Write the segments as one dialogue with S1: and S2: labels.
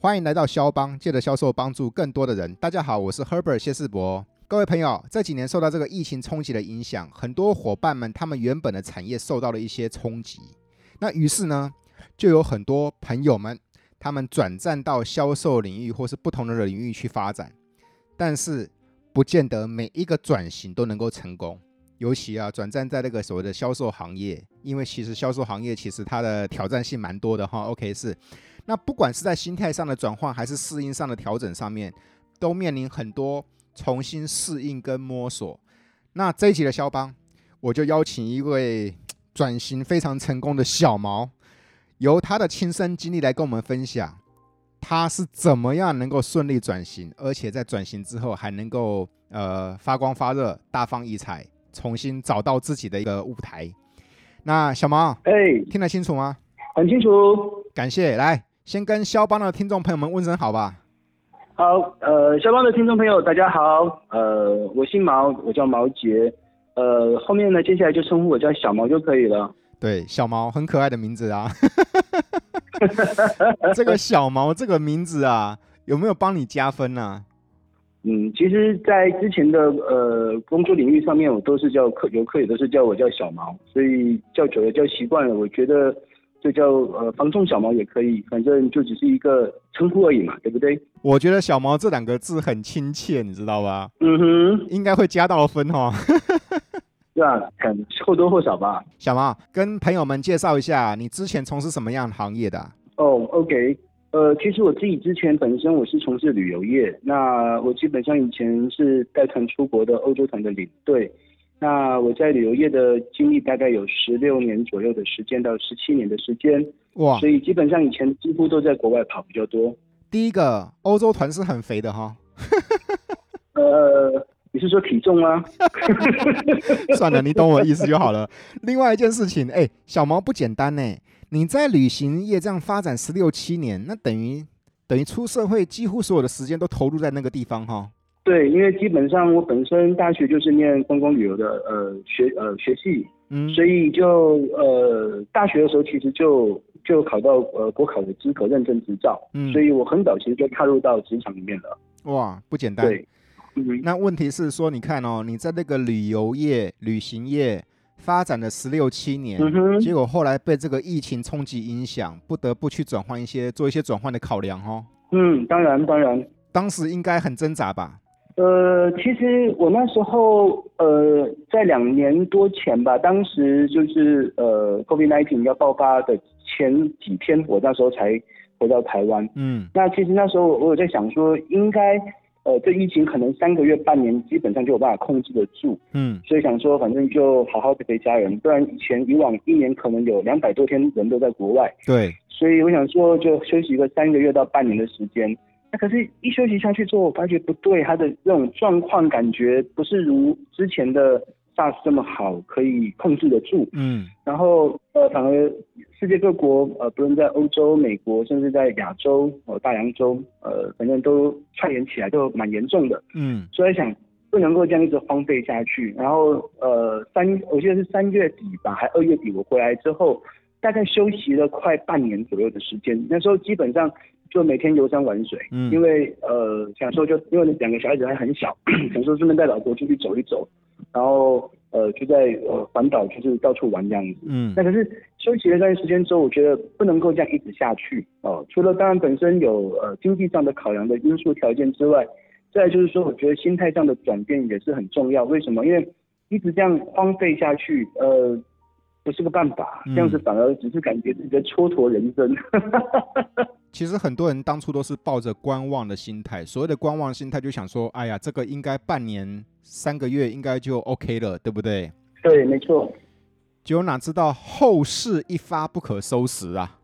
S1: 欢迎来到肖邦，借着销售帮助更多的人。大家好，我是 Herbert 谢世博。各位朋友，这几年受到这个疫情冲击的影响，很多伙伴们他们原本的产业受到了一些冲击，那于是呢，就有很多朋友们他们转战到销售领域或是不同的领域去发展，但是不见得每一个转型都能够成功。尤其啊，转战在那个所谓的销售行业，因为其实销售行业其实它的挑战性蛮多的哈。OK，是，那不管是在心态上的转换，还是适应上的调整上面，都面临很多重新适应跟摸索。那这一集的肖邦，我就邀请一位转型非常成功的小毛，由他的亲身经历来跟我们分享，他是怎么样能够顺利转型，而且在转型之后还能够呃发光发热、大放异彩。重新找到自己的一个舞台。那小毛
S2: 哎、
S1: 听得清楚吗？
S2: 很清楚。
S1: 感谢，来先跟肖邦的听众朋友们问声好吧。
S2: 好，呃，肖邦的听众朋友，大家好，呃，我姓毛，我叫毛杰，呃，后面呢，接下来就称呼我叫小毛就可以了。
S1: 对，小毛很可爱的名字啊。 这个小毛这个名字啊，有没有帮你加分啊呢、
S2: 嗯，其实，在之前的呃工作领域上面，我都是叫客游客，也都是叫我叫小毛，所以叫久了叫习惯了，我觉得就叫呃防重小毛也可以，反正就只是一个称呼而已嘛，对不对？
S1: 我觉得小毛这两个字很亲切，你知道吧？
S2: 嗯哼，
S1: 应该会加到分哦。
S2: 对吧？很或多或少吧。
S1: 小毛，跟朋友们介绍一下，你之前从事什么样的行业的啊、
S2: 哦、o k 呃，其实我自己之前本身我是从事旅游业，那我基本上以前是带团出国的欧洲团的领队，那我在旅游业的经历大概有十六年左右的时间到十七年的时间，
S1: 哇
S2: 所，以基本上以前几乎都在国外跑比较多。
S1: 第一个欧洲团是很肥的哈、
S2: 呃，你是说体重吗？
S1: 算了，你懂我意思就好了。另外一件事情，哎，小毛不简单呢。你在旅行业这样发展十六七年，那等于等于出社会几乎所有的时间都投入在那个地方哈。
S2: 对，因为基本上我本身大学就是念观光旅游的，呃，学呃学系，
S1: 嗯，
S2: 所以就呃大学的时候其实就就考到呃国考的资格认证执照，
S1: 嗯
S2: 所以我很早其实就踏入到职场里面了。
S1: 哇，不简单。
S2: 对，嗯，
S1: 那问题是说，你看哦，你在那个旅游业、旅行业发展了十六七年，
S2: 嗯哼
S1: 结果后来被这个疫情冲击影响，不得不去转换一些做一些转换的考量哦。
S2: 嗯，当然当然，
S1: 当时应该很挣扎吧？
S2: 呃，其实我那时候呃在两年多前吧，当时就是呃 COVID-19 要爆发的前几天，我那时候才回到台湾。
S1: 嗯
S2: 那其实那时候我有在想说，应该呃这疫情可能三个月半年基本上就有办法控制得住。
S1: 嗯，
S2: 所以想说，反正就好好陪陪家人，不然以前以往一年可能有两百多天人都在国外，
S1: 对，
S2: 所以我想说就休息个三个月到半年的时间。那可是，一休息下去之后，我发觉不对，他的这种状况感觉不是如之前的 SARS 这么好可以控制得住，
S1: 嗯
S2: 然后呃，反而世界各国呃，不论在欧洲、美国，甚至在亚洲、呃大洋洲，呃，反正都串联起来就蛮严重的。
S1: 嗯
S2: 所以想不能够这样一直荒废下去。然后呃三，我记得是三月底吧，还二月底我回来之后，大概休息了快半年左右的时间。那时候基本上就每天游山玩水，
S1: 嗯
S2: 因为呃想说就因为两个小孩子还很小， 想说顺便带老婆出去走一走，然后呃就在呃环岛就是到处玩这样子。
S1: 嗯
S2: 那可是休息了一段时间之后，我觉得不能够这样一直下去哦。除了当然本身有呃经济上的考量的因素条件之外，再来就是说，我觉得心态上的转变也是很重要。为什么？因为一直这样荒废下去，呃，不是个办法。
S1: 嗯
S2: 这样子反而只是感觉自己在蹉跎人生。
S1: 其实很多人当初都是抱着观望的心态，所谓的观望心态就想说，哎呀，这个应该半年、三个月应该就 OK 了，对不对？
S2: 对，没错。
S1: 结果哪知道后事一发不可收拾 啊，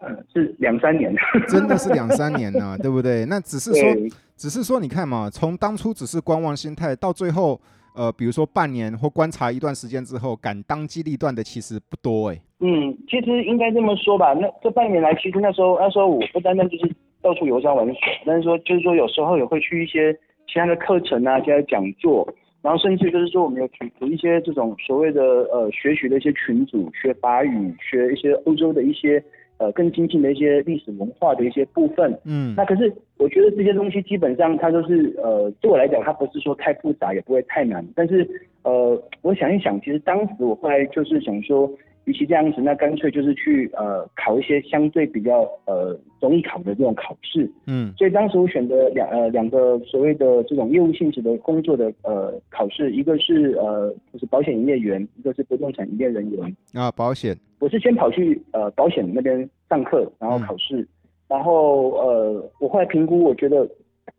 S2: 嗯，是两三年。
S1: 真的是两三年呢、对不对？那只是说，
S2: 对，
S1: 只是说，你看嘛，从当初只是观望心态，到最后，呃，比如说半年或观察一段时间之后，敢当机立断的其实不多哎、
S2: 嗯，其实应该这么说吧。那这半年来，其实那时候那时候我不单单就是到处游山玩水，但是说就是说有时候也会去一些其他的课程啊，其他的讲座，然后甚至就是说我们有组组一些这种所谓的呃学习的一些群组，学法语，学一些欧洲的一些呃更亲近的一些历史文化的一些部分。
S1: 嗯
S2: 那可是我觉得这些东西基本上它都是呃，对我来讲它不是说太复杂，也不会太难。但是呃，我想一想，其实当时我后来就是想说，与其这样子，那干脆就是去呃考一些相对比较呃容易考的这种考试。
S1: 嗯
S2: 所以当时我选择两呃两个所谓的这种业务性质的工作的呃考试，一个是呃就是保险营业员，一个是不动产营业人员。
S1: 啊，保险，
S2: 我是先跑去呃保险那边上课，然后考试，然后呃，我后来评估，我觉得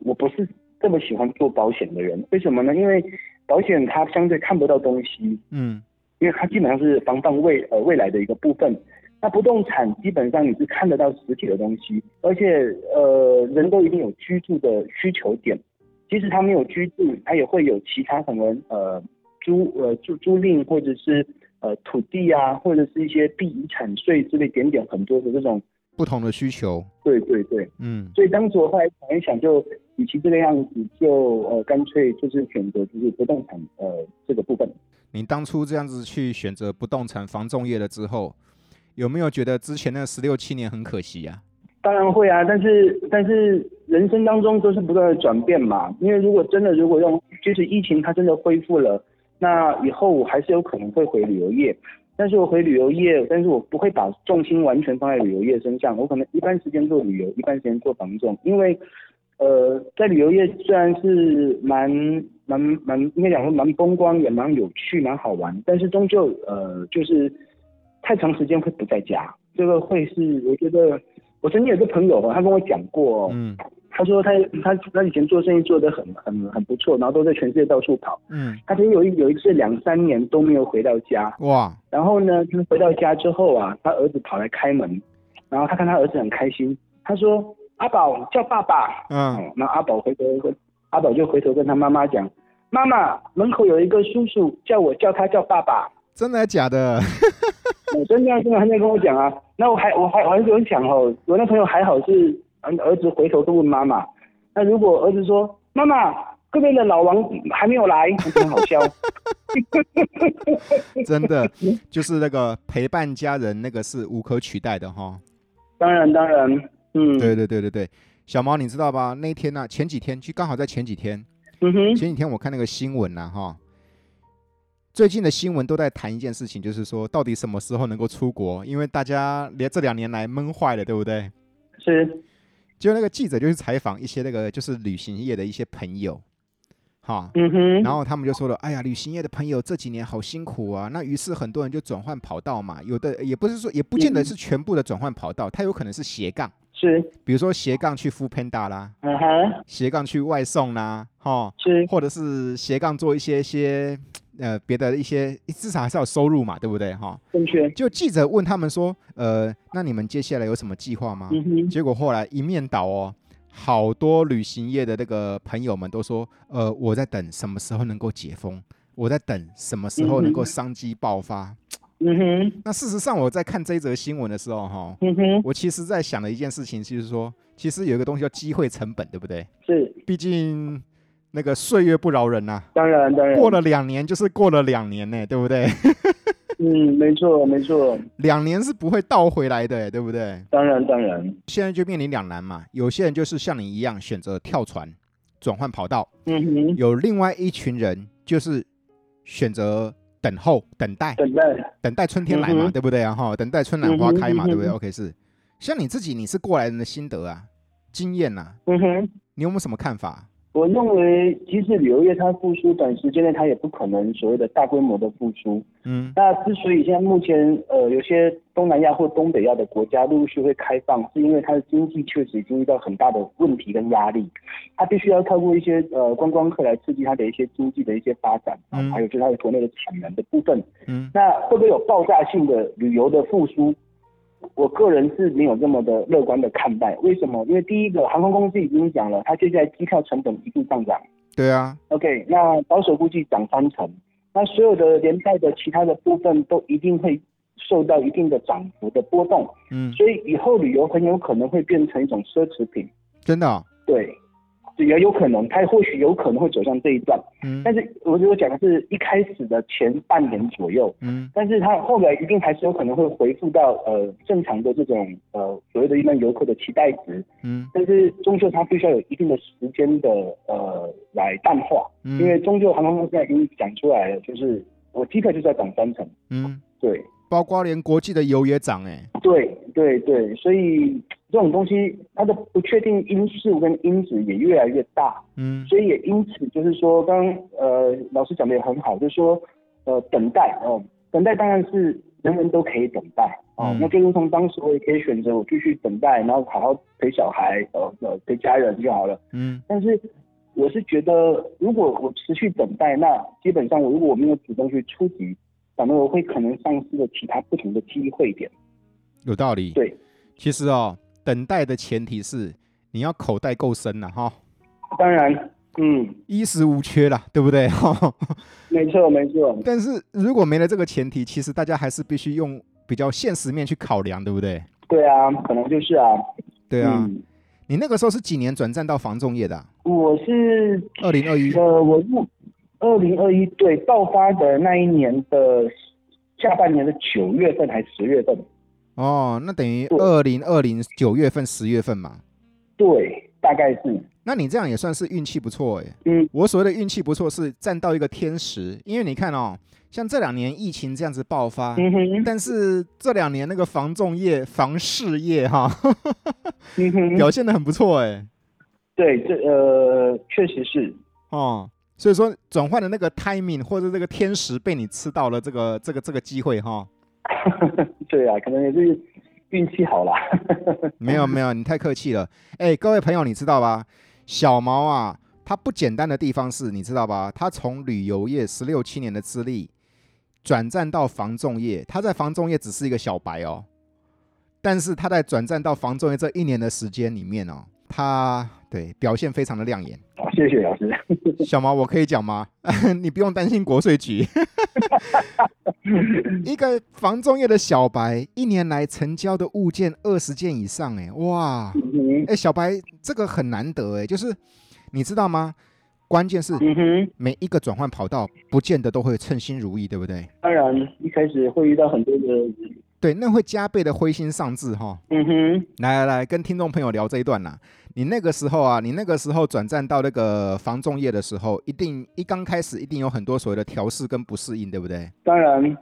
S2: 我不是这么喜欢做保险的人，为什么呢？因为保险它相对看不到东西，
S1: 嗯
S2: 因为它基本上是防范未呃未来的一个部分。那不动产基本上你是看得到实体的东西，而且呃人都一定有居住的需求点，即使他没有居住，他也会有其他什么呃租呃租租赁或者是呃土地啊，或者是一些避遗产税之类点点很多的这种。
S1: 不同的需求，
S2: 对对对，
S1: 嗯
S2: 所以当时我后来想一想就，与其这个样子就，呃干脆就是选择就是不动产呃这个部分。
S1: 你当初这样子去选择不动产房仲业了之后，有没有觉得之前那十六七年很可惜呀、
S2: 当然会啊，但是但是人生当中都是不断的转变嘛。因为如果真的如果用，即使疫情它真的恢复了，那以后我还是有可能会回旅游业。但是我回旅游业，但是我不会把重心完全放在旅游业身上，我可能一半时间做旅游，一半时间做房仲，因为呃，在旅游业虽然是蛮蛮蛮应该讲说蛮风光，也蛮有趣，蛮好玩，但是终究呃就是太长时间会不在家，这个会是我觉得我曾经有个朋友哦，他跟我讲过、哦，
S1: 嗯
S2: 他说他他他以前做生意做得很很很不错，然后都在全世界到处跑。
S1: 嗯，
S2: 他曾经有一有一次两三年都没有回到家，
S1: 哇，
S2: 然后呢，他回到家之后啊，他儿子跑来开门，然后他看他儿子很开心，他说阿宝叫爸爸，
S1: 嗯
S2: 嗯，那阿宝回头跟阿宝就回头跟他妈妈讲，妈妈门口有一个叔叔叫我叫他叫爸爸，
S1: 真的假的？
S2: 我真的真的他在跟我讲啊，那我还我还我还跟我讲哦，我那朋友还好是嗯儿子回头都问妈妈，那如果儿子说妈妈这边的老王还没有来，很好笑，
S1: 真 的，
S2: 嗯
S1: 就是那个陪伴家人，那个是无可取代的哈。
S2: 当然当然，嗯，
S1: 对对对对对，小毛你知道吧？那天呢、前几天就刚好在前几天，
S2: 嗯哼，
S1: 前几天我看那个新闻呐、哈，最近的新闻都在谈一件事情，就是说到底什么时候能够出国？因为大家连这两年来闷坏了，对不对？
S2: 是，
S1: 就那个记者就去采访一些那个就是旅行业的一些朋友，哈，
S2: 嗯哼，
S1: 然后他们就说了，哎呀，旅行业的朋友这几年好辛苦啊。那于是很多人就转换跑道嘛，有的也不是说也不见得是全部的转换跑道，它有可能是斜杠，
S2: 是，
S1: 比如说斜杠去 f o o Panda 啦，
S2: 嗯哼，
S1: 斜杠去外送啦，哈，
S2: 是，
S1: 或者是斜杠做一些些呃别的一些，至少还是要有收入嘛，对不对哈？
S2: 正确，
S1: 就记者问他们说，呃，那你们接下来有什么计划吗？
S2: 嗯哼，
S1: 结果后来一面倒哦，好多旅行业的那个朋友们都说，呃，我在等什么时候能够解封，我在等什么时候能够
S2: 嗯
S1: 商机爆发。
S2: 嗯哼。
S1: 那事实上，我在看这一则新闻的时候，哈，
S2: 嗯哼，
S1: 我其实在想的一件事情就是说，其实有一个东西叫机会成本，对不对？
S2: 是，
S1: 毕竟那个岁月不饶人呐、
S2: 当然当然，
S1: 过，了两年就是过了两年呢、对不对？
S2: 嗯，没错没错，
S1: 两年是不会倒回来的、对不对？
S2: 当然当然，
S1: 现在就面临两难嘛，有些人就是像你一样选择跳船，转换跑道；
S2: 嗯哼，
S1: 有另外一群人就是选择等候、等待、
S2: 等待，
S1: 等待春天来嘛，
S2: 嗯哼
S1: 对不对啊？哈，等待春暖花开嘛，
S2: 嗯哼
S1: 对不对
S2: 嗯哼
S1: ？OK，是。像你自己，你是过来人的心得啊、经验呐、
S2: 嗯哼，
S1: 你有没有什么看法？
S2: 我认为即使旅游业它复苏，短时间内它也不可能所谓的大规模的复苏。
S1: 嗯
S2: 那之所以现在目前呃有些东南亚或东北亚的国家陆续会开放，是因为它的经济确实已经遇到很大的问题跟压力，它必须要透过一些呃观光客来刺激它的一些经济的一些发展，啊
S1: 嗯
S2: 还有就是它的国内的产能的部分。
S1: 嗯
S2: 那会不会有爆炸性的旅游的复苏？我个人是没有这么的乐观的看待。为什么？因为第一个，航空公司已经讲了，它接下来机票成本一度上涨。
S1: 对啊，
S2: OK，那保守估计涨三成。那所有的连带的其他的部分都一定会受到一定的涨幅的波动，
S1: 嗯，
S2: 所以以后旅游很有可能会变成一种奢侈品。
S1: 真的哦、
S2: 对，也有可能，它或许有可能会走向这一段。
S1: 嗯
S2: 但是我我讲的是一开始的前半年左右，
S1: 嗯
S2: 但是它后来一定还是有可能会回复到呃正常的这种呃所谓的一般游客的期待值，
S1: 嗯
S2: 但是终究它必须要有一定的时间的呃来淡化，
S1: 嗯，
S2: 因为终究航空公司现在已经讲出来了，就是我机票就是要涨三成，
S1: 嗯，
S2: 对
S1: 包括连国际的油也涨哎、
S2: 对对对，所以这种东西它的不确定因素跟因子也越来越大，
S1: 嗯
S2: 所以也因此就是说，刚刚呃老师讲的也很好，就是说呃等待哦，等待当然是人人都可以等待哦，
S1: 嗯
S2: 那就如同当时我也可以选择我继续等待，然后好好陪小孩，呃呃陪家人就好了。
S1: 嗯
S2: 但是我是觉得，如果我持续等待，那基本上我如果我没有主动去出击，反而我会可能丧失了其他不同的机会点。
S1: 有道理。
S2: 对，
S1: 其实哦，等待的前提是你要口袋够深了哈，
S2: 当然，嗯，
S1: 衣食无缺啦，对不对？ 哈。
S2: 没错没错，
S1: 但是如果没了这个前提，其实大家还是必须用比较现实面去考量，对不对？
S2: 对啊，可能就是啊，
S1: 对啊，
S2: 嗯
S1: 你那个时候是几年转战到防重业的、啊？
S2: 我是
S1: 二零二一。
S2: 呃，我入呃二零二一对爆发的那一年的下半年的九月份还是十月份？
S1: 哦，那等于
S2: 对
S1: 二零二零九月份、十月份嘛。
S2: 对，大概是
S1: 那你这样也算是运气不错诶。
S2: 嗯，
S1: 我所谓的运气不错是站到一个天时，因为你看哦，像这两年疫情这样子爆发，
S2: 嗯哼，
S1: 但是这两年那个防重业、防事业哈、
S2: 嗯哼，
S1: 表现的很不错诶。
S2: 对，这呃确实是，
S1: 哦，所以说转换的那个 timing 或者这个天时被你吃到了这个这个这个机会哈、
S2: 对啊，可能也是运气好啦。
S1: 没有没有，你太客气了。哎，各位朋友，你知道吧？小毛啊，他不简单的地方是，你知道吧？他从旅游业十六七年的资历，转战到防重业，他在防重业只是一个小白哦，但是他在转战到防重业这一年的时间里面哦，他对表现非常的亮眼。
S2: 好，谢谢老师。
S1: 小毛，我可以讲吗？ 你不用担心国税局。一个防重业的小白，一年来成交的物件二十件以上，哎，哇！
S2: 嗯哼，
S1: 哎，小白，这个很难得哎，就是你知道吗？关键是
S2: 嗯哼，
S1: 每一个转换跑道，不见得都会称心如意，对不对？
S2: 当然一开始会遇到很多的，
S1: 对，那会加倍的灰心丧志哈、
S2: 嗯哼，
S1: 来来来，跟听众朋友聊这一段啦。你那个时候啊，你那个时候转战到那个防重业的时候，一定一刚开始一定有很多所谓的调试跟不适应，对不对？
S2: 当然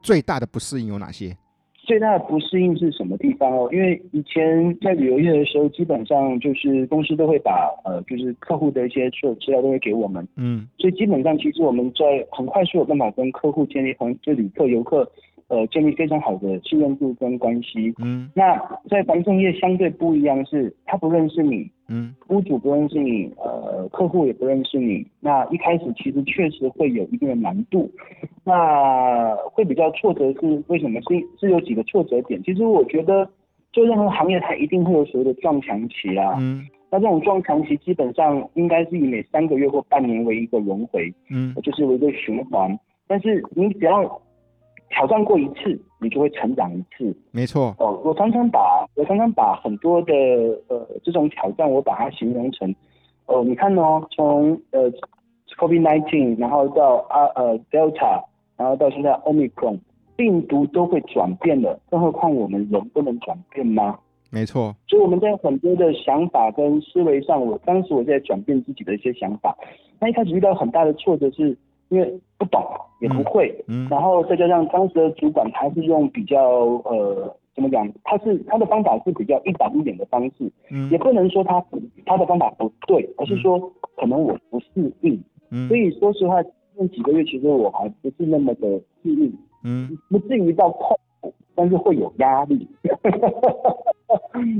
S1: 最大的不适应有哪些？
S2: 最大的不适应是什么地方哦？因为以前在旅游业的时候，基本上就是公司都会把呃，就是客户的一些所有资料都会给我们，
S1: 嗯
S2: 所以基本上其实我们在很快速有办法跟客户建立很就旅客游客呃建立非常好的信任度跟关系。
S1: 嗯
S2: 那在房仲业相对不一样是，他不认识你，
S1: 嗯
S2: 屋主不认识你，呃，客户也不认识你，那一开始其实确实会有一定的难度，那会比较挫折是为什么？是是有几个挫折点。其实我觉得做任何行业，它一定会有所谓的撞墙期啦。
S1: 嗯
S2: 那这种撞墙期基本上应该是以每三个月或半年为一个轮回，
S1: 嗯
S2: 就是为一个循环。但是你只要挑战过一次，你就会成长一次。
S1: 没错。
S2: 哦，我常常把我常常把很多的呃这种挑战，我把它形容成，哦，你看哦，从呃 COVID-19，然后到啊呃 Delta，然后到现在 Omicron，病毒都会转变了，更何况我们人不能转变吗？
S1: 没错，
S2: 所以我们在很多的想法跟思维上，我当时我在转变自己的一些想法。那一开始遇到很大的挫折是，因为不懂也不会，
S1: 嗯
S2: 然后再加上当时的主管，他是用比较呃怎么讲，他是他的方法是比较一板一眼的方式，也
S1: 嗯
S2: 不能说他不他的方法不对，而是说可能我不适应。
S1: 嗯
S2: 所以说实话，那几个月其实我还不是那么的适应，
S1: 嗯
S2: 不至于到痛苦，但是会有压力。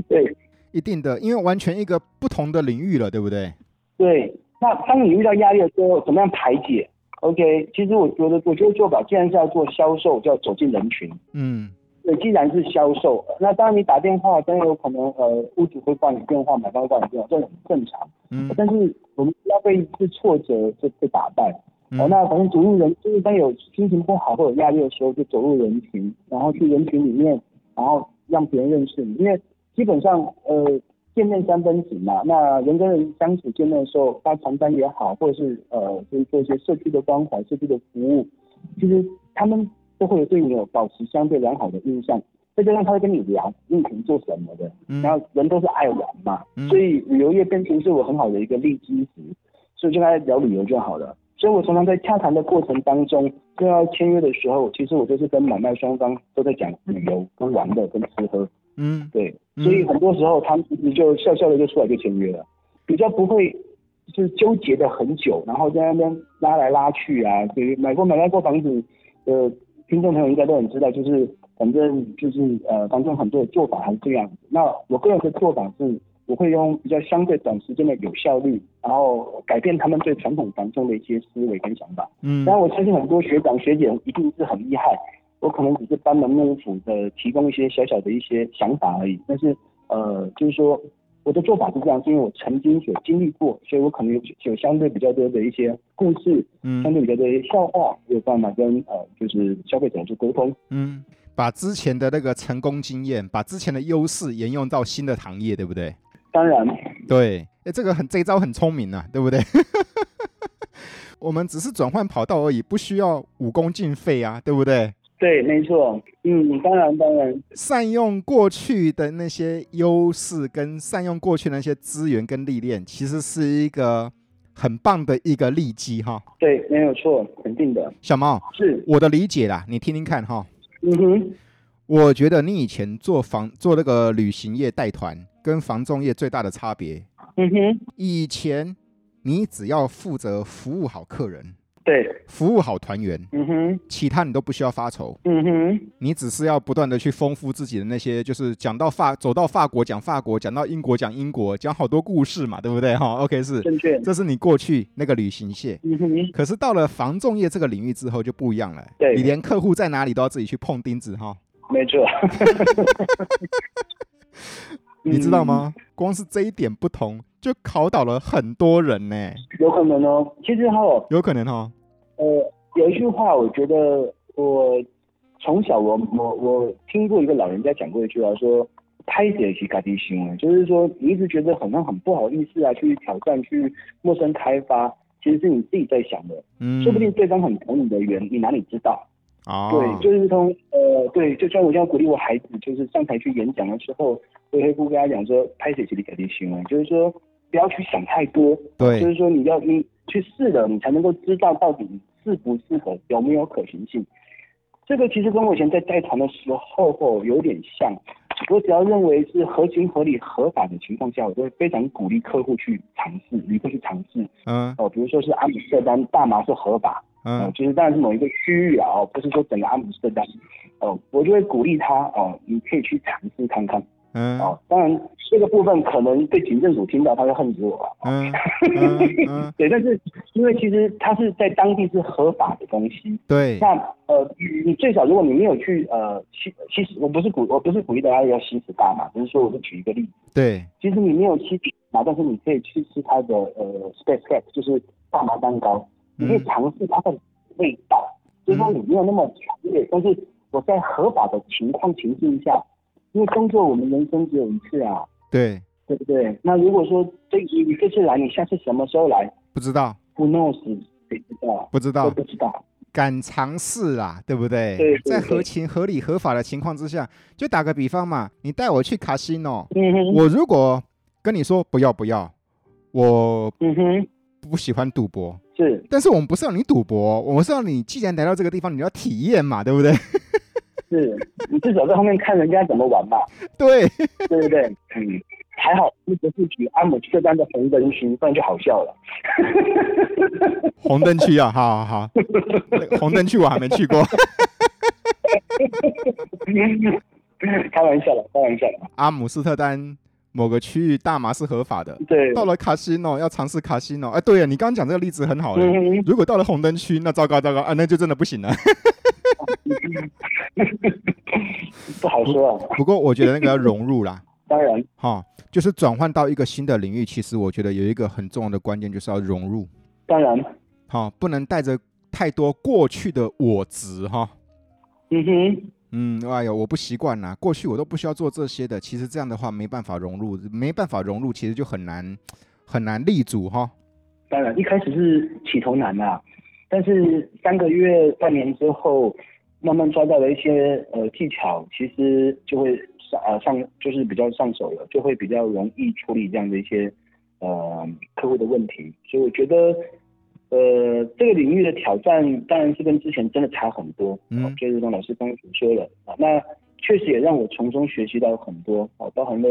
S2: 对
S1: 一定的，因为完全一个不同的领域了，对不对？
S2: 对，那当你遇到压力的时候，怎么样排解？OK，其实我觉得，我觉得做法既然是要做销售，就要走进人群。
S1: 嗯
S2: 对，既然是销售，那当然你打电话，当然有可能呃，屋主会挂你电话，买方会挂你电话，这很正常。
S1: 嗯
S2: 但是我们不要被这挫折就被打败。哦，
S1: 嗯
S2: 那反正走入人，就是当有心情不好或有压力的时候，就走入人群，然后去人群里面，然后让别人认识你。因为基本上，呃，见面三分情嘛，那人跟人相处见面的时候，发传单也好，或者是呃，就是做一些社区的关怀、社区的服务，其实他们都会对你有保持相对良好的印象。再加上他会跟你聊你以前做什么的，
S1: 嗯
S2: 然后人都是爱玩嘛，
S1: 嗯
S2: 所以旅游业变成是我很好的一个利基石，所以就跟他聊旅游就好了。所以我常常在洽谈的过程当中，就要签约的时候，其实我就是跟买卖双方都在讲旅游、跟玩的、跟吃喝，
S1: 嗯
S2: 对，
S1: 嗯
S2: 所以很多时候他们你就笑笑的就出来就签约了，比较不会就是纠结的很久，然后在那边拉来拉去啊。就是买过买卖过房子的听众朋友应该都很知道，就是反正就是呃，房仲很多的做法还是这样子。那我个人的做法是，我会用比较相对短时间的有效率，然后改变他们对传统房仲的一些思维跟想法。
S1: 嗯
S2: 当然，我相信很多学长学姐一定是很厉害，我可能只是班门弄斧的提供一些小小的一些想法而已。但是呃，就是说我的做法是这样，是因为我曾经所经历过，所以我可能有有相对比较多的一些故事，相
S1: 嗯
S2: 对比较多的一些笑话，有办法跟呃就是消费者去沟通。
S1: 嗯，把之前的那个成功经验，把之前的优势沿用到新的行业，对不对？
S2: 当然，
S1: 对，哎，这个很这一招很聪明啊，对不对？ 我们只是转换跑道而已，不需要武功尽废啊，对不对？
S2: 对，没错，嗯，当然当然，
S1: 善用过去的那些优势，跟善用过去的那些资源跟历练，其实是一个很棒的一个利基哈。
S2: 对，没有错，肯定的，
S1: 小猫，
S2: 是，
S1: 我的理解啦，你听听看哈。
S2: 嗯哼，
S1: 我觉得你以前做房做那个旅行业带团，跟房仲业最大的差别，
S2: 嗯哼，
S1: 以前你只要负责服务好客人，
S2: 对，
S1: 服务好团员，
S2: 嗯哼，
S1: 其他你都不需要发愁，
S2: 嗯哼，
S1: 你只是要不断的去丰富自己的那些，就是讲到法走到法国讲法国，讲到英国讲英国，讲好多故事嘛，对不对哈、o k 是，
S2: 正确，
S1: 这是你过去那个旅行线。
S2: 嗯哼，
S1: 可是到了房仲业这个领域之后就不一样了，
S2: 对
S1: 你连客户在哪里都要自己去碰钉子哈、
S2: 没错， 嗯
S1: 你知道吗？光是这一点不同，就考倒了很多人呢、
S2: 有可能哦。其实哈、
S1: 有可能哦，
S2: 呃，有一句话，我觉得我从小我我我听过一个老人家讲过一句话，说“拍姐去嘎地行为”，就是说你一直觉得好像很不好意思啊，去挑战去陌生开发，其实是你自己在想的，
S1: 嗯，
S2: 说不定对方很懂你的缘，你哪里知道？
S1: 哦，
S2: 对，就是从呃，对，就像我这样鼓励我孩子，就是上台去演讲的时候，我也会跟他讲说，拍谁谁的改变行为，就是说不要去想太多，
S1: 对
S2: 就是说你要你去试了，你才能够知道到底适不适合，有没有可行性。这个其实跟我以前在带团的时候哦有点像，我只要认为是合情合理合法的情况下，我就会非常鼓励客户去尝试，旅客去尝试。
S1: 嗯
S2: 哦，比如说是阿姆斯特丹大麻是合法，呃，
S1: 嗯
S2: 就是当然是某一个区域啊，哦，不是说整个阿姆斯特丹，哦，我就会鼓励他哦，你可以去尝试看看
S1: 嗯
S2: 哦。当然这个部分可能被警政署听到，他就恨死我了。
S1: 嗯 嗯嗯，
S2: 对，但是因为其实它是在当地是合法的东西，
S1: 对，
S2: 那呃，你你最少如果你没有去呃吸吸食，我不是鼓我不是鼓励大家要吸食大麻，只是说我是举一个例子。
S1: 对，
S2: 其实你没有吃麻，但是你可以去吃它的呃 space cake，就是大麻蛋糕，
S1: 嗯
S2: 你可以尝试它的味道，就是说你没有那么强烈，但是我在合法的情况情境下，因为工作我们人生只有一次啊，
S1: 对，
S2: 对不对？那如果说这你你这次来，你下次什么时候来
S1: 不知道，
S2: ？Who knows？谁知道？
S1: 不知
S2: 都
S1: 道，
S2: 不知道。
S1: 敢尝试啦，对不对？
S2: 对对对
S1: 在合情、合理、合法的情况之下，就打个比方嘛，你带我去卡西诺，
S2: 嗯哼，
S1: 我如果跟你说不要不要，我
S2: 嗯哼，
S1: 不喜欢赌博，
S2: 是
S1: 但是我们不是让你赌博，我们是让你既然来到这个地方，你要体验嘛，对不 对？
S2: 是， 你至少在后面看人家怎么玩嘛，
S1: 对，
S2: 对不对？嗯，还好这不是举阿姆斯特丹的红灯区，不然就好笑了。
S1: 红灯区啊，好好 好，那个红灯区我还没去过。
S2: 开玩笑的，开玩笑的。
S1: 阿姆斯特丹某个区域大麻是合法的，
S2: 对，
S1: 到了卡西诺要尝试卡西诺。哎，对呀，你刚刚讲这个例子很好欸嘞。
S2: 嗯，
S1: 如果到了红灯区，那糟糕糟糕啊，那就真的不行了。
S2: 不好说啊。
S1: 不过我觉得那个要融入啦，
S2: 当然，
S1: 哈、就是转换到一个新的领域，其实我觉得有一个很重要的关键就是要融入，
S2: 当然，
S1: 哈、不能带着太多过去的我执哈、
S2: 嗯哼，
S1: 嗯，哎呦，我不习惯啦，过去我都不需要做这些的。其实这样的话没办法融入，没办法融入，其实就很难很难立足哈。
S2: 当然，一开始是起头难啊啦、但是三个月、半年之后，慢慢抓到了一些呃技巧，其实就会上呃上就是比较上手了，就会比较容易处理这样的一些呃客户的问题。所以我觉得呃这个领域的挑战当然是跟之前真的差很多，
S1: 嗯
S2: 哦就如同老师刚刚所说的啊，那确实也让我从中学习到很多哦，包含了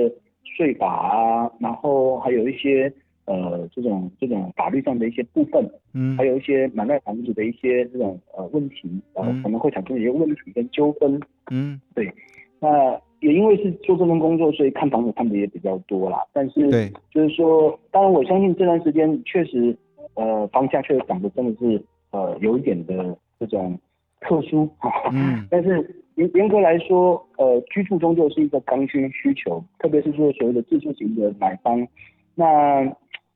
S2: 税法啊，然后还有一些呃这种这种法律上的一些部分。
S1: 嗯
S2: 还有一些买卖房子的一些这种呃问题，呃
S1: 嗯
S2: 可能会产生一些问题跟纠纷。
S1: 嗯，
S2: 那也因为是做这份工作，所以看房子看的也比较多啦。但是
S1: 对，
S2: 就是说，当然我相信这段时间确实，呃，房价确实涨得真的是呃有一点的这种特殊。
S1: 嗯
S2: 但是严严格来说，呃，居住终究是一个刚需需求，特别是说所谓的自住型的买方。那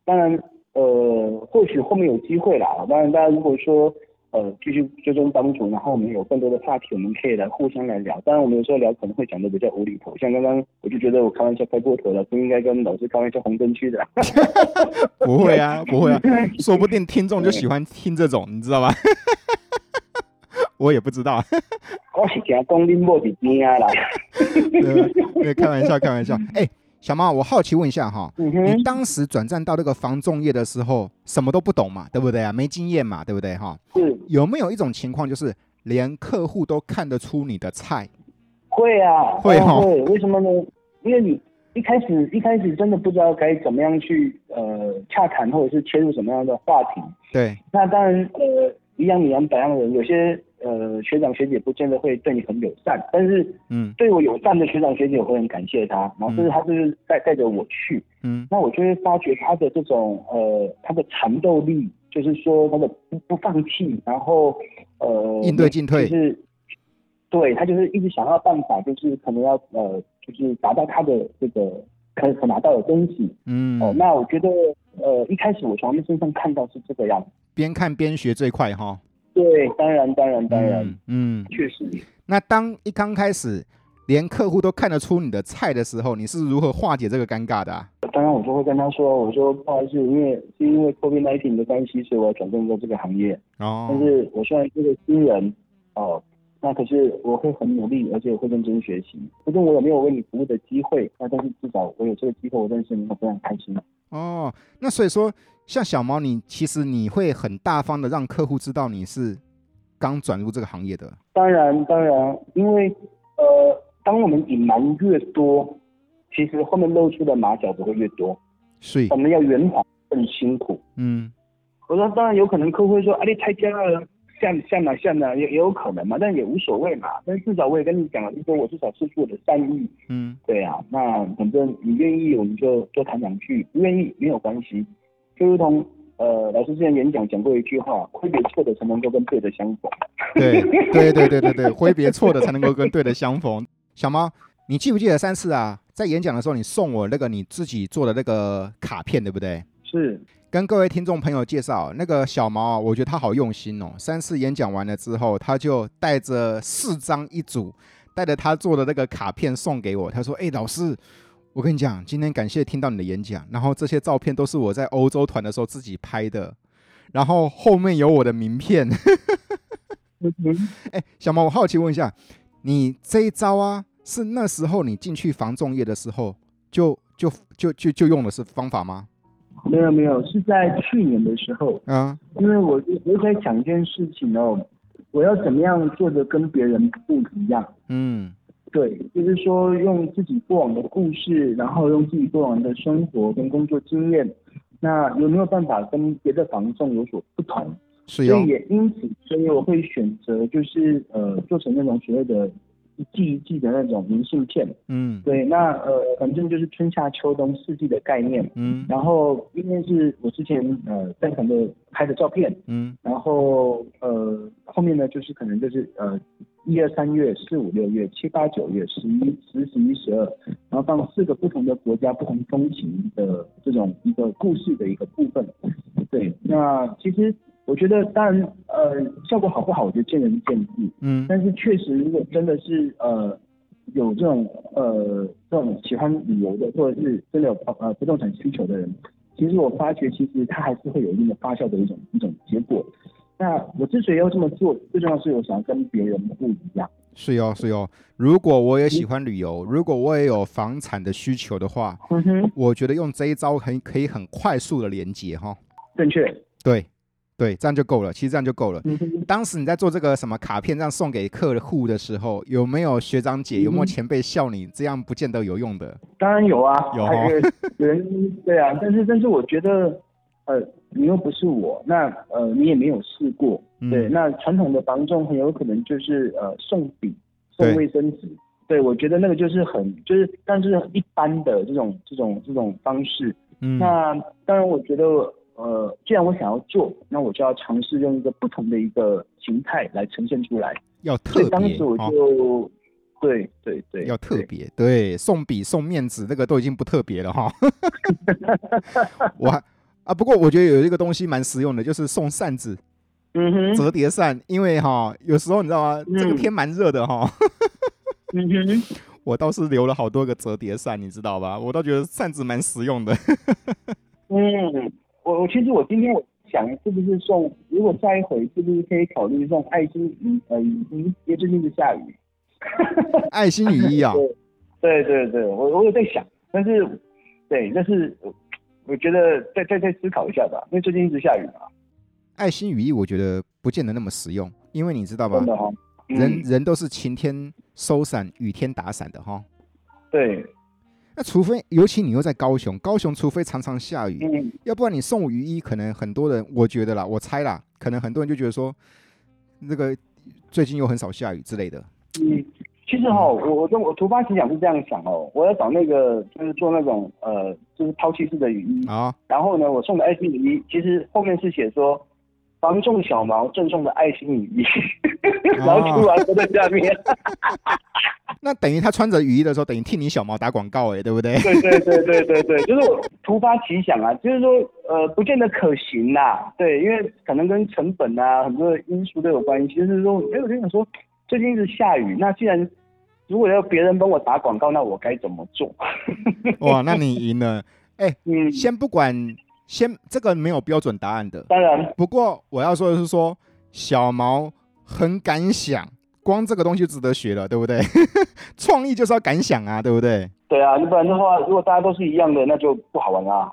S2: 当然，呃，或许后面有机会啦。当然，大家如果说呃继续追踪帮主，然后我们有更多的话题，我们可以来互相来聊。当然，我们有时候聊可能会讲的比较无厘头，像刚刚我就觉得我开玩笑开过头了，不应该跟老师开玩笑红灯区的啦。
S1: 不会啊，不会啊，说不定听众就喜欢听这种，你知道吧？ 我也不知道，
S2: 我是讲讲恁某伫边啊啦。
S1: 对吧对，开玩笑，开玩 笑。哎、小猫，我好奇问一下哈，
S2: 嗯
S1: 你
S2: 哼，
S1: 当时转战到这个房仲业的时候，什么都不懂嘛，对不对啊？没经验嘛，对不对哈？
S2: 是
S1: 有没有一种情况，就是连客户都看得出你的菜？
S2: 会啊，
S1: 会
S2: 哦
S1: 吼
S2: 会，为什么呢？因为你一开始一开始真的不知道该怎么样去呃洽谈，或者是切入什么样的话题。
S1: 对，
S2: 那当然，呃，一样米养百样人，有些呃学长学姐不见得会对你很友善，但是
S1: 嗯
S2: 对我友善的学长学姐，我会很感谢他。然后就是他就是带带着我去，
S1: 嗯
S2: 那我就会发觉他的这种呃他的缠斗力，就是说他的不不放弃，然后呃
S1: 应对进退
S2: 就是对他就是一直想要办法，就是可能要呃就是达到他的这个可可拿到的东西。
S1: 嗯，
S2: 哦，那我觉得呃一开始我从他们身上看到是这个样子。
S1: 边看边学最快哈。
S2: 对，当然当然当然，
S1: 嗯嗯，
S2: 确实。
S1: 那当一刚开始连客户都看得出你的菜的时候，你是如何化解这个尴尬的、啊？
S2: 当然，我就会跟他说，我说不好意思，因为是因为 COVID-19 的关系，所以我要转正做这个行业。但
S1: 哦，
S2: 是我虽然是个新人，哦，那可是我会很努力，而且我会认真学习。不论我有没有为你服务的机会，那但是至少我有这个机会，我认识你，我非常开心。
S1: 哦，那所以说，像小毛你，其实你会很大方的让客户知道你是刚转入这个行业的。
S2: 当然，当然，因为呃，当我们隐瞒越多，其实后面露出的马脚只会越多。
S1: 所以
S2: 我，们要圆谎更辛苦。
S1: 嗯
S2: 我说，当然有可能客户会说，啊，你太骄傲了，下下哪下哪也也有可能嘛，但也无所谓嘛。但至少我也跟你讲了，就说我至少是出我的善意，
S1: 嗯
S2: 对啊，那反正你愿意，我们就多谈两句；不愿意没有关系。就如同呃，老师之前演讲讲过一句话：挥别错的才能够跟对的相逢。
S1: 对对对对对对，挥别错的才能够跟对的相逢。小猫，你记不记得上次啊，在演讲的时候你送我那个你自己做的那个卡片，对不对？
S2: 是，
S1: 跟各位听众朋友介绍，那个小毛啊，我觉得他好用心哦。三次演讲完了之后，他就带着四张一组，带着他做的那个卡片送给我。他说：“哎、老师，我跟你讲，今天感谢听到你的演讲，然后这些照片都是我在欧洲团的时候自己拍的，然后后面有我的名片。”
S2: 嗯哼
S1: 哎，小毛，我好奇问一下，你这一招啊，是那时候你进去防重业的时候就就就就就用的是方法吗？
S2: 没有没有，是在去年的时候，
S1: 啊，
S2: 因为我我在想一件事情哦，我要怎么样做的跟别人不一样。
S1: 嗯
S2: 对，就是说用自己过往的故事，然后用自己过往的生活跟工作经验，那有没有办法跟别的房仲有所不同？
S1: 是
S2: 所
S1: 哟
S2: 以，也因此，所以我会选择就是呃做成那种所谓的一季一季的那种明信片。
S1: 嗯
S2: 对，那呃反正就是春夏秋冬四季的概念。
S1: 嗯
S2: 然后因为是我之前呃在场的拍的照片，
S1: 嗯
S2: 然后呃后面呢就是可能就是呃一二三月四五六月七八九月十一十十一十二，然后放四个不同的国家不同风情的这种一个故事的一个部分。对，那其实我觉得当然呃效果好不好，我觉得见仁见智。
S1: 嗯
S2: 但是确实，如果真的是呃有这种呃这种喜欢旅游的，或者是真的有呃不动产需求的人，其实我发觉其实它还是会有一定的发酵的一种一种结果。那我之所以要这么做，最重要是我想要跟别人不一样。
S1: 是哟是哟。如果我也喜欢旅游，如果我也有房产的需求的话，
S2: 嗯哼，
S1: 我觉得用这一招很可以很快速的连接哈。
S2: 正确。
S1: 对对，这样就够了，其实这样就够了。
S2: 嗯哼，
S1: 当时你在做这个什么卡片这样送给客户的时候，有没有学长姐、有没有
S2: 嗯
S1: 前辈笑你这样不见得有用的？
S2: 当然有啊，
S1: 有哦
S2: 还有有人对啊，但是但是我觉得呃你又不是我，那呃你也没有试过，
S1: 嗯
S2: 对，那传统的房仲很有可能就是呃送笔、送
S1: 对
S2: 卫生纸，对我觉得那个就是很就是，但是一般的这种这种这种方式。
S1: 嗯
S2: 那当然，我觉得呃，既然我想要做，那我就要尝试用一个不同的一个形态来呈现出来。
S1: 要
S2: 所
S1: 特
S2: 以当
S1: 别
S2: 时我
S1: 哦
S2: 就、对对对，
S1: 要特
S2: 对
S1: 别，对，送笔送面子，这个都已经不特别了 哈。我还啊，不过我觉得有一个东西蛮实用的，就是送扇子，
S2: 嗯哼，
S1: 折叠扇，因为哈，有时候你知道吗？这个
S2: 嗯
S1: 天蛮热的哈，
S2: 嗯哼。
S1: 我倒是留了好多个折叠扇，你知道吧？我倒觉得扇子蛮实用的。
S2: 嗯，我我其实我今天我想是不是送，如果下一回是不是可以考虑送爱心雨呃雨衣，因为最近是下雨。
S1: 爱心雨衣啊，
S2: 对对对，我我有在想，但是对，但是我我觉得再再再思考一下吧，因为最近一直下雨嘛，
S1: 爱心雨衣我觉得不见得那么实用，因为你知道吗
S2: 真？的哈、嗯
S1: 人人都是晴天收伞，雨天打伞的哈。
S2: 对，
S1: 那除非，尤其你又在高雄，高雄除非常常下雨，
S2: 嗯
S1: 要不然你送雨衣，可能很多人，我觉得啦，我猜啦，可能很多人就觉得说，那个最近又很少下雨之类的。
S2: 嗯，其实哈、我我跟我突发奇想是这样想哦，我要找那个就是做那种呃就是抛弃式的雨衣，
S1: 啊，
S2: 然后呢，我送的爱心雨衣，其实后面是写说防中小毛赠送的爱心雨衣，
S1: 哦
S2: 然后出完都在下面。
S1: 那等于他穿着雨衣的时候，等于替你小毛打广告哎、对不对？
S2: 对对对对对对，就是我突发奇想啊， 就是说呃，不见得可行啦，对，因为可能跟成本啊很多的因素都有关系。就是说，哎，我就想说，最近一直下雨，那既然如果要别人帮我打广告，那我该怎么做？
S1: 哇，那你赢了。
S2: 嗯，
S1: 先不管，先这个没有标准答案的。
S2: 当然，
S1: 不过我要说的是说，小毛很敢想，光这个东西就值得学了，对不对？ 创意就是要敢想啊，对不对？
S2: 对啊，不然的话，如果大家都是一样的，那就不好玩啦。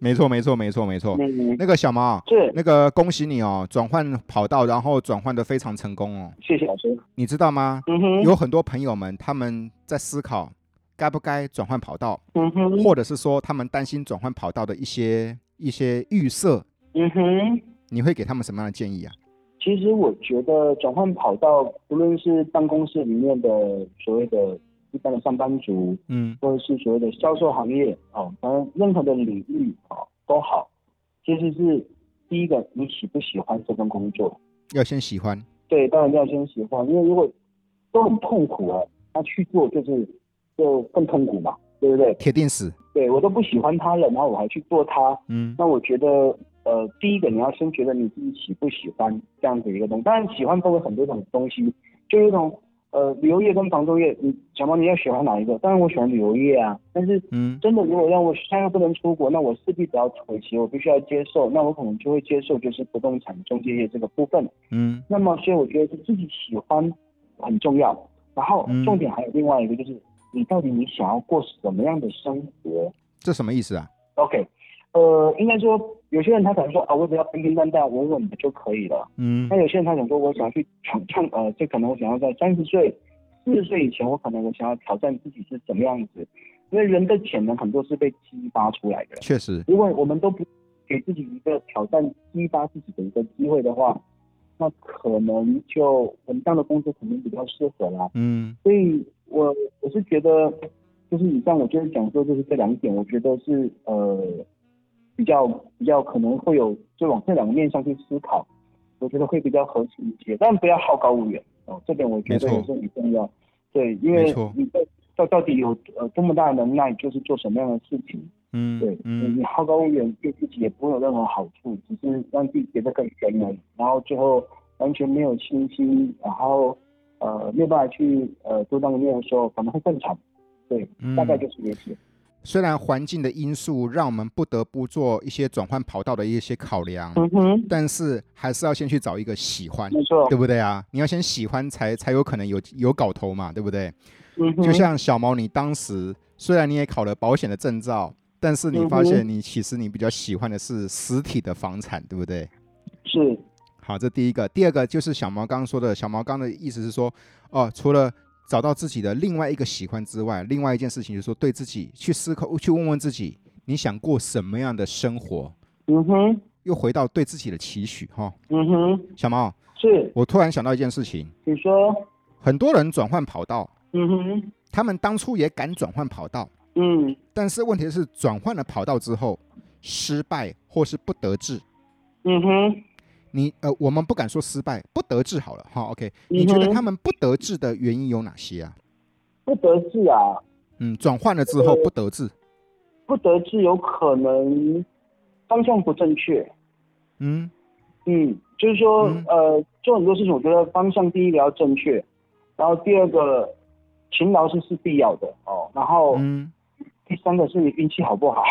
S1: 没错，没错，没错，没错。
S2: 嗯，
S1: 那个小毛啊，
S2: 是，
S1: 那个恭喜你哦，转换跑道，然后转换的非常成功哦。
S2: 谢谢老师。
S1: 你知道吗？
S2: 嗯哼，
S1: 有很多朋友们他们在思考该不该转换跑道，
S2: 嗯哼，
S1: 或者是说他们担心转换跑道的一些一些预设，
S2: 嗯哼，
S1: 你会给他们什么样的建议啊？
S2: 其实我觉得转换跑道，不论是办公室里面的所谓的一般的上班族，
S1: 嗯
S2: 或者是所谓的销售行业哦，反正任何的领域哦都好，其实是第一个你喜不喜欢这份工作，
S1: 要先喜欢，
S2: 对，当然要先喜欢，因为如果都很痛苦了，那去做就是就更痛苦嘛，对不对？
S1: 铁定死。
S2: 对我都不喜欢它了，然后我还去做它，
S1: 嗯
S2: 那我觉得，呃，第一个你要先觉得你自己喜不喜欢这样子一个东西。当然，喜欢分为很多种东西，就有一种呃旅游业跟房仲业，你小毛你要喜欢哪一个？当然我喜欢旅游业啊，但是
S1: 嗯
S2: 真的如果让我现在不能出国，那我势必得要妥协，我必须要接受，那我可能就会接受就是不动产中介业这个部分。
S1: 嗯
S2: 那么，所以我觉得是自己喜欢很重要。然后
S1: 嗯
S2: 重点还有另外一个就是，你到底你想要过什么样的生活？
S1: 这什么意思啊？
S2: OK，呃，应该说有些人他可能说啊，我只要平平淡淡、稳稳的就可以了。
S1: 嗯
S2: 那有些人他想说，我想要去闯创，呃，这可能我想要在三十岁、四十岁以前，我可能我想要挑战自己是怎么样子。因为人的潜能很多是被激发出来的，
S1: 确实，
S2: 如果我们都不给自己一个挑战、激发自己的一个机会的话，那可能就我们这样的工作肯定比较适合啦。
S1: 嗯
S2: 所以我我是觉得，就是以上我就是讲说，就是这两点，我觉得是呃比较比较可能会有就往这两个面向去思考，我觉得会比较合适一些，但不要好高骛远哦，这点我觉得
S1: 没
S2: 也
S1: 错
S2: 是很重要。对，因
S1: 没
S2: 为
S1: 错
S2: 你到到到底有呃多么大的能耐，就是做什么样的事情，
S1: 嗯，
S2: 对，
S1: 嗯
S2: 你好高骛远对自己也不会有任何好处，只是让自己觉得更闲而已。然后最后完全没有信心，然后呃没有办法去呃做当个面的时候，反而会更惨。对，
S1: 嗯
S2: 大概就是这些。
S1: 虽然环境的因素让我们不得不做一些转换跑道的一些考量，
S2: 嗯哼，
S1: 但是还是要先去找一个喜欢，
S2: 没错
S1: 对。不对啊？你要先喜欢才才有可能有有搞头嘛，对不对？
S2: 嗯哼，
S1: 就像小毛，你当时虽然你也考了保险的证照，但是你发现你其实你比较喜欢的是实体的房产，对不对？
S2: 是
S1: 好，这第一个。第二个就是小毛刚刚说的，小毛刚的意思是说，哦，除了找到自己的另外一个喜欢之外，另外一件事情就是说，对自己去思考，去问问自己，你想过什么样的生活？
S2: 嗯哼，
S1: 又回到对自己的期许哈、
S2: 嗯哼，
S1: 小毛，
S2: 是
S1: 我突然想到一件事情，
S2: 你说，
S1: 很多人转换跑道，
S2: 嗯哼，
S1: 他们当初也敢转换跑道，
S2: 嗯，
S1: 但是问题是转换了跑道之后，失败或是不得志。
S2: 嗯哼，
S1: 你呃，我们不敢说失败，不得志好了哈。OK，你觉
S2: 嗯
S1: 得
S2: 哼
S1: 他们不得志的原因有哪些啊？
S2: 不得志啊，
S1: 嗯，转换了之后不得志，
S2: 不得志有可能方向不正确。
S1: 嗯
S2: 嗯，就是说，
S1: 嗯
S2: 呃，做很多事情，我觉得方向第一个要正确，然后第二个勤劳是是必要的哦，然后
S1: 嗯
S2: 第三个是你运气好不好。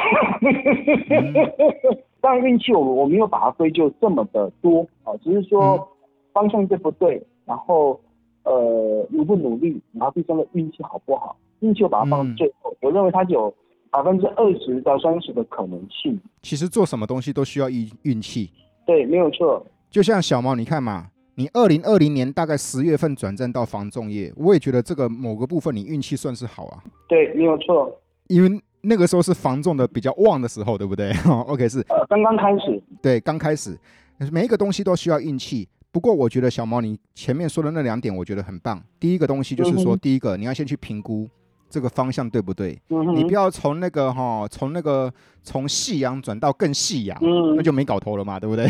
S2: 嗯 当然运气我我没有把它归咎这么的多哦，只是
S1: 嗯
S2: 说方向对不对，然后呃努不努力，然后第三个运气好不好，运气我把它放
S1: 嗯
S2: 到最后，我认为它有百分之二十到三十的可能性。
S1: 其实做什么东西都需要运运气。
S2: 对，没有错。
S1: 就像小毛，你看嘛，你二零二零年大概十月份转战到房仲业，我也觉得这个某个部分你运气算是好啊。
S2: 对，没有错。
S1: 因为那个时候是防重的比较旺的时候，对不 对？OK，是
S2: 呃，刚刚开始，
S1: 对，刚开始每一个东西都需要运气。不过我觉得小毛你前面说的那两点，我觉得很棒。第一个东西就是说，
S2: 嗯哼
S1: 第一个你要先去评估这个方向对不对，
S2: 嗯哼，
S1: 你不要从那个哈、从那个从夕阳转到更夕阳，
S2: 嗯
S1: 那就没搞头了嘛，对不 对？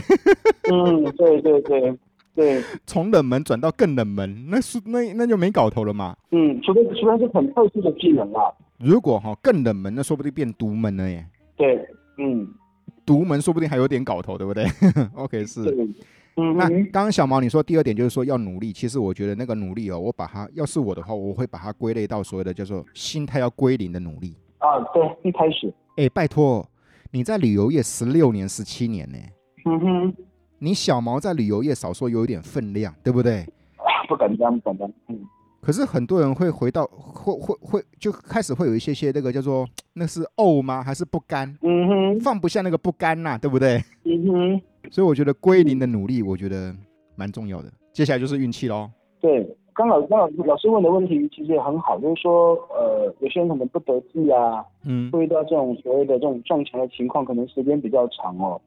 S2: 嗯， 对对对对，
S1: 从冷门转到更冷门，那是那那就没搞头了嘛。
S2: 嗯，除非除非是很特殊的技能啦，
S1: 如果哈、更冷门，那说不定变独门了耶。
S2: 对，嗯，
S1: 独门说不定还有点搞头，对不 对？OK，是。
S2: 对，嗯
S1: 那
S2: 哼，
S1: 刚刚小毛你说第二点就是说要努力，其实我觉得那个努力哦，我把它要是我的话，我会把它归类到所谓的叫做心态要归零的努力。
S2: 啊，对，一开始，
S1: 哎，拜托，你在旅游业十六年、十七年呢，
S2: 嗯哼，
S1: 你小毛在旅游业少说有一点分量，对不对？
S2: 啊不敢当，不敢当，嗯，
S1: 可是很多人会回到会会会就开始会有一些些那个叫做那是怄吗？还是不甘？
S2: 嗯哼，
S1: 放不下那个不甘呐、对不对？
S2: 嗯哼，
S1: 所以我觉得归零的努力，我觉得蛮重要的。接下来就是运气喽。
S2: 对，刚老刚老老师问的问题其实也很好，就是说，呃，有些人可能不得志啊，
S1: 嗯
S2: 会遇到这种所谓的这种撞墙的情况，可能时间比较长哦。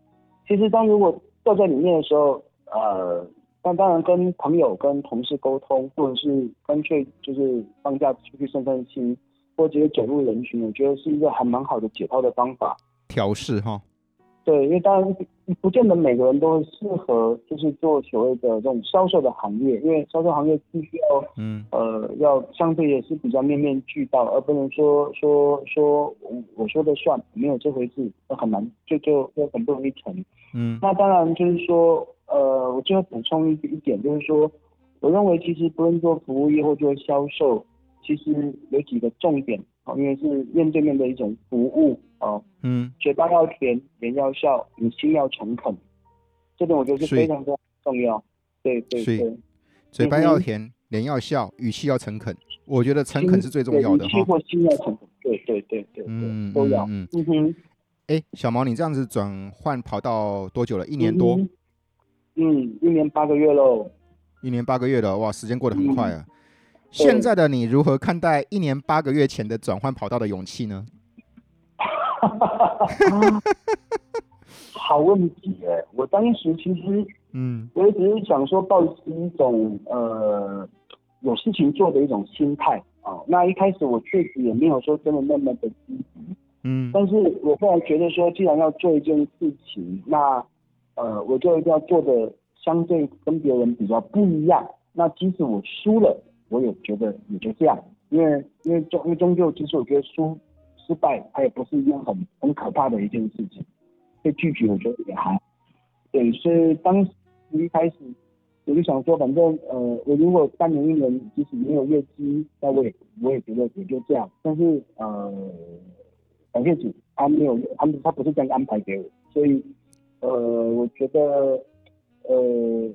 S2: 其实当如果掉在里面的时候，呃，那当然跟朋友、跟同事沟通，或者是干脆就是放假出去散散心，或者直接走入人群，我觉得是一个还蛮好的解套的方法。
S1: 调试哈、
S2: 对，因为当然不见得每个人都会适合，就是做所谓的这种销售的行业，因为销售行业必须要
S1: 嗯
S2: 呃，要相对也是比较面面俱到，而不能说说说我我说的算，没有这回事，那很难，就就就很不容易成。
S1: 嗯
S2: 那当然就是说，呃，我最后补充一一点，就是说，我认为其实不论做服务业或做销售，其实有几个重点哦，因为是面对面的一种服务哦，
S1: 嗯，
S2: 嘴巴要甜，脸要笑，你心要诚恳，这点我觉得是
S1: 是
S2: 非常非常重要。对对
S1: 是
S2: 对，
S1: 嘴巴要
S2: 嗯哼
S1: 甜，脸要笑，语气要诚恳。我觉得诚恳是最重要的
S2: 去
S1: 哈。
S2: 过新的城市，对对对对
S1: 嗯
S2: 对，都要。
S1: 嗯
S2: 嗯哼，
S1: 哎，小毛，你这样子转换跑道多久了？一年多，
S2: 嗯哼。嗯，一年八个 月喽。
S1: 一年八个月了，哇，时间过得很
S2: 嗯
S1: 快啊。现在的你如何看待一年八个月前的转换跑道的勇气呢？
S2: 好问题哎，我当时其实
S1: 嗯
S2: 我也只是想说，抱持一种呃有事情做的一种心态哦。那一开始我确实也没有说真的那么的积极，
S1: 嗯
S2: 但是我后来觉得说，既然要做一件事情，那呃，我就一定要做的相对跟别人比较不一样。那即使我输了，我也觉得也就这样，因为因为终因为终究，其实我觉得输失败，它也不是一件很很可怕的一件事情。被拒绝，我觉得也还好对，所以当时一开始我就想说，反正呃，我如果三年一年即使没有业绩，那我也我也觉得也就这样。但是呃，感谢主，他没有，他们他不是这样安排给我，所以呃，我觉得呃，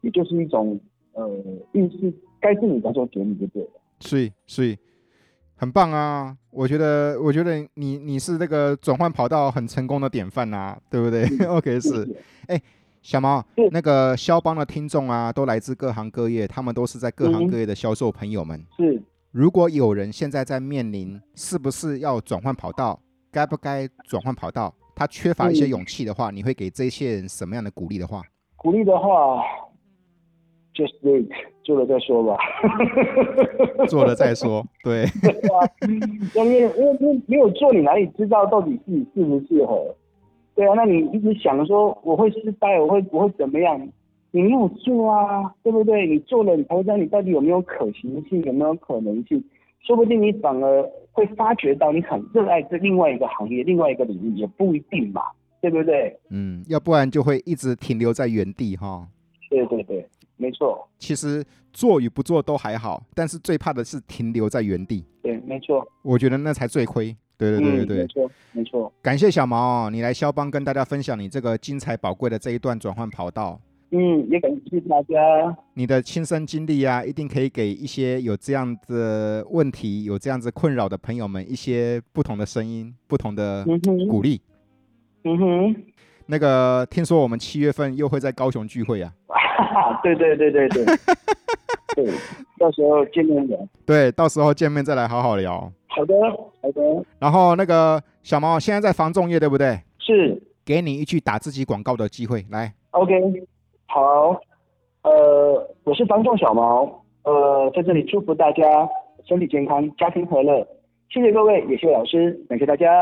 S2: 也就是一种呃运气，该是你的时候给你就对了。
S1: 所以所以很棒啊！我觉得我觉得你你是那个转换跑道很成功的典范啊，对不对 ？OK，
S2: 谢
S1: 是
S2: 谢
S1: 小毛
S2: 是，
S1: 那个肖邦的听众啊，都来自各行各业，他们都是在各行
S2: 嗯
S1: 各业的销售朋友们。
S2: 是
S1: 如果有人现在在面临是不是要转换跑道，该不该转换跑道，他缺乏一些
S2: 嗯
S1: 勇气的话，你会给这些人什么样的鼓励的话？
S2: 鼓励的话，just wait，做了再说吧。
S1: 做了再说，对，
S2: 对啊，因为因为没没有做，你哪里知道到底自己适不适合？对啊，那你一直想说我会失败，我会我会怎么样？你没有做啊，对不对？你做了，你才会知道你到底有没有可行性，有没有可能性。说不定你反而会发觉到你很热爱这另外一个行业、另外一个领域，也不一定嘛，对不对？
S1: 嗯，要不然就会一直停留在原地哈、
S2: 对对对，没错，
S1: 其实做与不做都还好，但是最怕的是停留在原地，
S2: 对，没错，
S1: 我觉得那才最亏。对对对对对
S2: 嗯，没，错，没错，
S1: 感谢小毛哦，你来肖邦跟大家分享你这个精彩宝贵的这一段转换跑道，
S2: 嗯，也感谢大家。
S1: 你的亲身经历啊，一定可以给一些有这样的问题、有这样子困扰的朋友们一些不同的声音、不同的
S2: 嗯哼，
S1: 鼓励。
S2: 嗯哼。
S1: 那个，听说我们七月份又会在高雄聚会啊，
S2: 哈哈， 对对对对对，对，到时候见面聊。
S1: 对，到时候见面再来好好聊。哦
S2: 好的，好的，
S1: 然后那个小毛现在在防仲业，对不对？
S2: 是
S1: 给你一句打自己广告的机会，来，
S2: OK，好，呃，我是方仲小毛，呃，在这里祝福大家身体健康，家庭和乐，谢谢各位，也谢谢老师，感谢大家。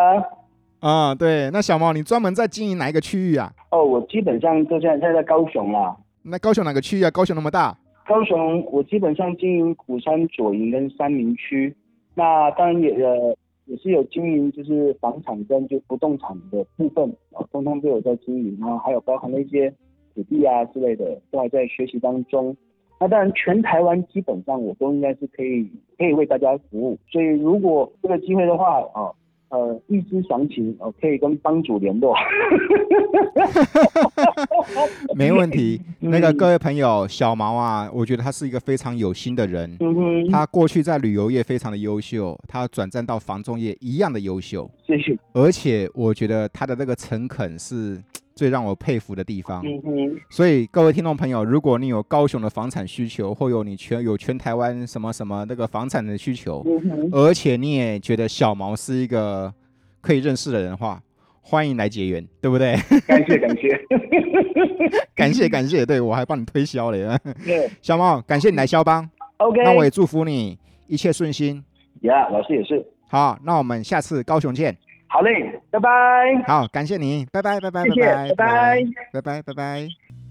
S1: 啊、对，那小毛你专门在经营哪一个区域啊？
S2: 哦，我基本上都现在在高雄啦，
S1: 那高雄哪个区域啊？高雄那么大，
S2: 高雄我基本上经营鼓山左营跟三明区，那当然也呃也是有经营就是房产跟就不动产的部分啊，通通都有在经营，然后还有包含了一些土地啊之类的，都还在学习当中。那当然，全台湾基本上我都应该是可以可以为大家服务，所以如果这个机会的话啊，呃，预知详情哦、可以跟帮主联络。
S1: 没问题。
S2: 嗯
S1: 那个各位朋友，小毛啊，我觉得他是一个非常有心的人。
S2: 嗯哼，
S1: 他过去在旅游业非常的优秀，他转战到房仲业一样的优秀，
S2: 谢谢。
S1: 而且我觉得他的那个诚恳是最让我佩服的地方。
S2: 嗯哼，
S1: 所以各位听众朋友，如果你有高雄的房产需求，或有你全有全台湾什么什么那个房产的需求，
S2: 嗯 哼，
S1: 而且你也觉得小毛是一个可以认识的人的话，欢迎来结缘，对不对？
S2: 感谢感谢。
S1: 感谢感谢，对我还帮你推销嘞，
S2: 对
S1: 小毛，感谢你来肖邦，
S2: ，OK，
S1: 那我也祝福你一切顺心。
S2: 呀老师也是，
S1: 好，那我们下次高雄见。
S2: 好嘞，拜拜，
S1: 好，感谢你，拜拜拜拜
S2: 谢谢，
S1: 拜
S2: 拜拜
S1: 拜拜拜拜。